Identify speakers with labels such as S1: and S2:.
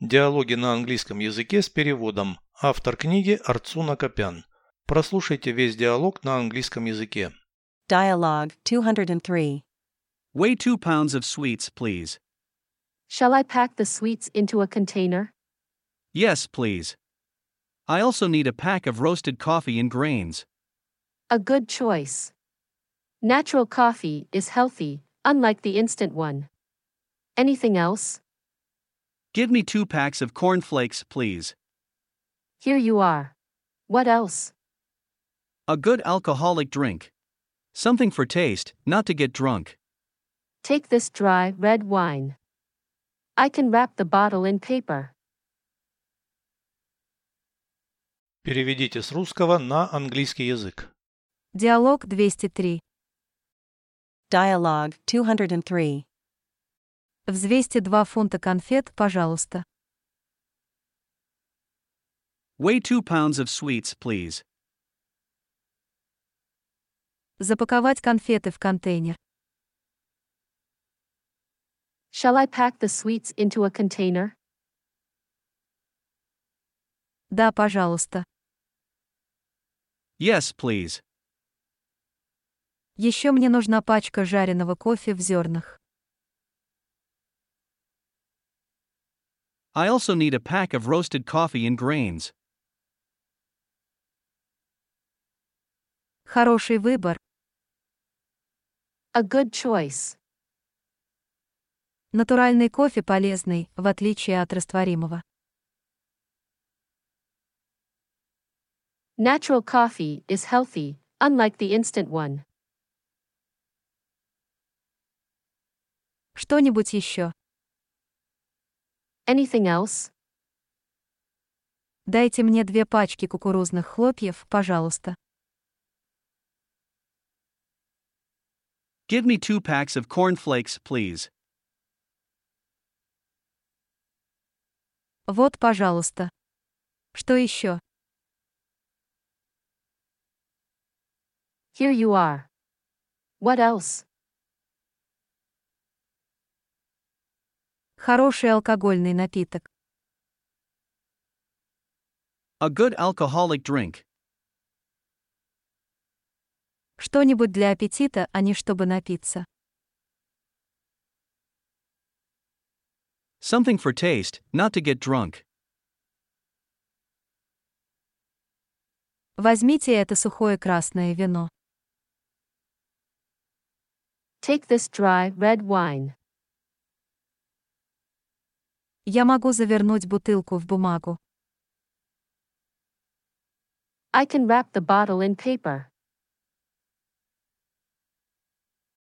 S1: Диалоги на английском языке с переводом. Автор книги Арцуна Копян. Прослушайте весь диалог на английском языке.
S2: Dialogue 203.
S3: Weigh two pounds of sweets, please.
S4: Shall I pack the sweets into a container?
S3: Yes, please. I also need a pack of roasted coffee and grains.
S4: A good choice. Natural coffee is healthy, unlike the instant one. Anything else?
S3: Give me two packs of corn flakes, please.
S4: Here you are. What else?
S3: A good alcoholic drink. Something for taste, not to get drunk.
S4: Take this dry red wine. I can wrap the bottle in paper.
S1: Переведите с русского на английский язык.
S5: Диалог 203.
S2: Dialogue 203.
S5: Взвесьте 2 фунта конфет, пожалуйста.
S3: Weigh two pounds of sweets, please.
S5: Запаковать конфеты в контейнер.
S4: Shall I pack the sweets into a container?
S5: Да, пожалуйста.
S3: Yes, please.
S5: Еще мне нужна пачка жареного кофе в зернах.
S3: I also need a pack of roasted coffee and grains.
S5: Хороший выбор.
S4: A good choice.
S5: Натуральный кофе полезный, в отличие от растворимого.
S4: Natural coffee is healthy, unlike the instant one.
S5: Что-нибудь еще.
S4: Anything else?
S5: Дайте мне две пачки кукурузных хлопьев, пожалуйста.
S3: Give me two packs of corn flakes, please.
S5: Вот, пожалуйста. Что еще?
S4: Here you are. What else?
S5: Хороший алкогольный напиток.
S3: A good alcoholic drink.
S5: Что-нибудь для аппетита, а не чтобы напиться.
S3: Something for taste, not to get drunk.
S5: Возьмите это сухое красное вино.
S4: Take this dry red wine.
S5: Я могу завернуть бутылку в бумагу.
S4: I can wrap the bottle in paper.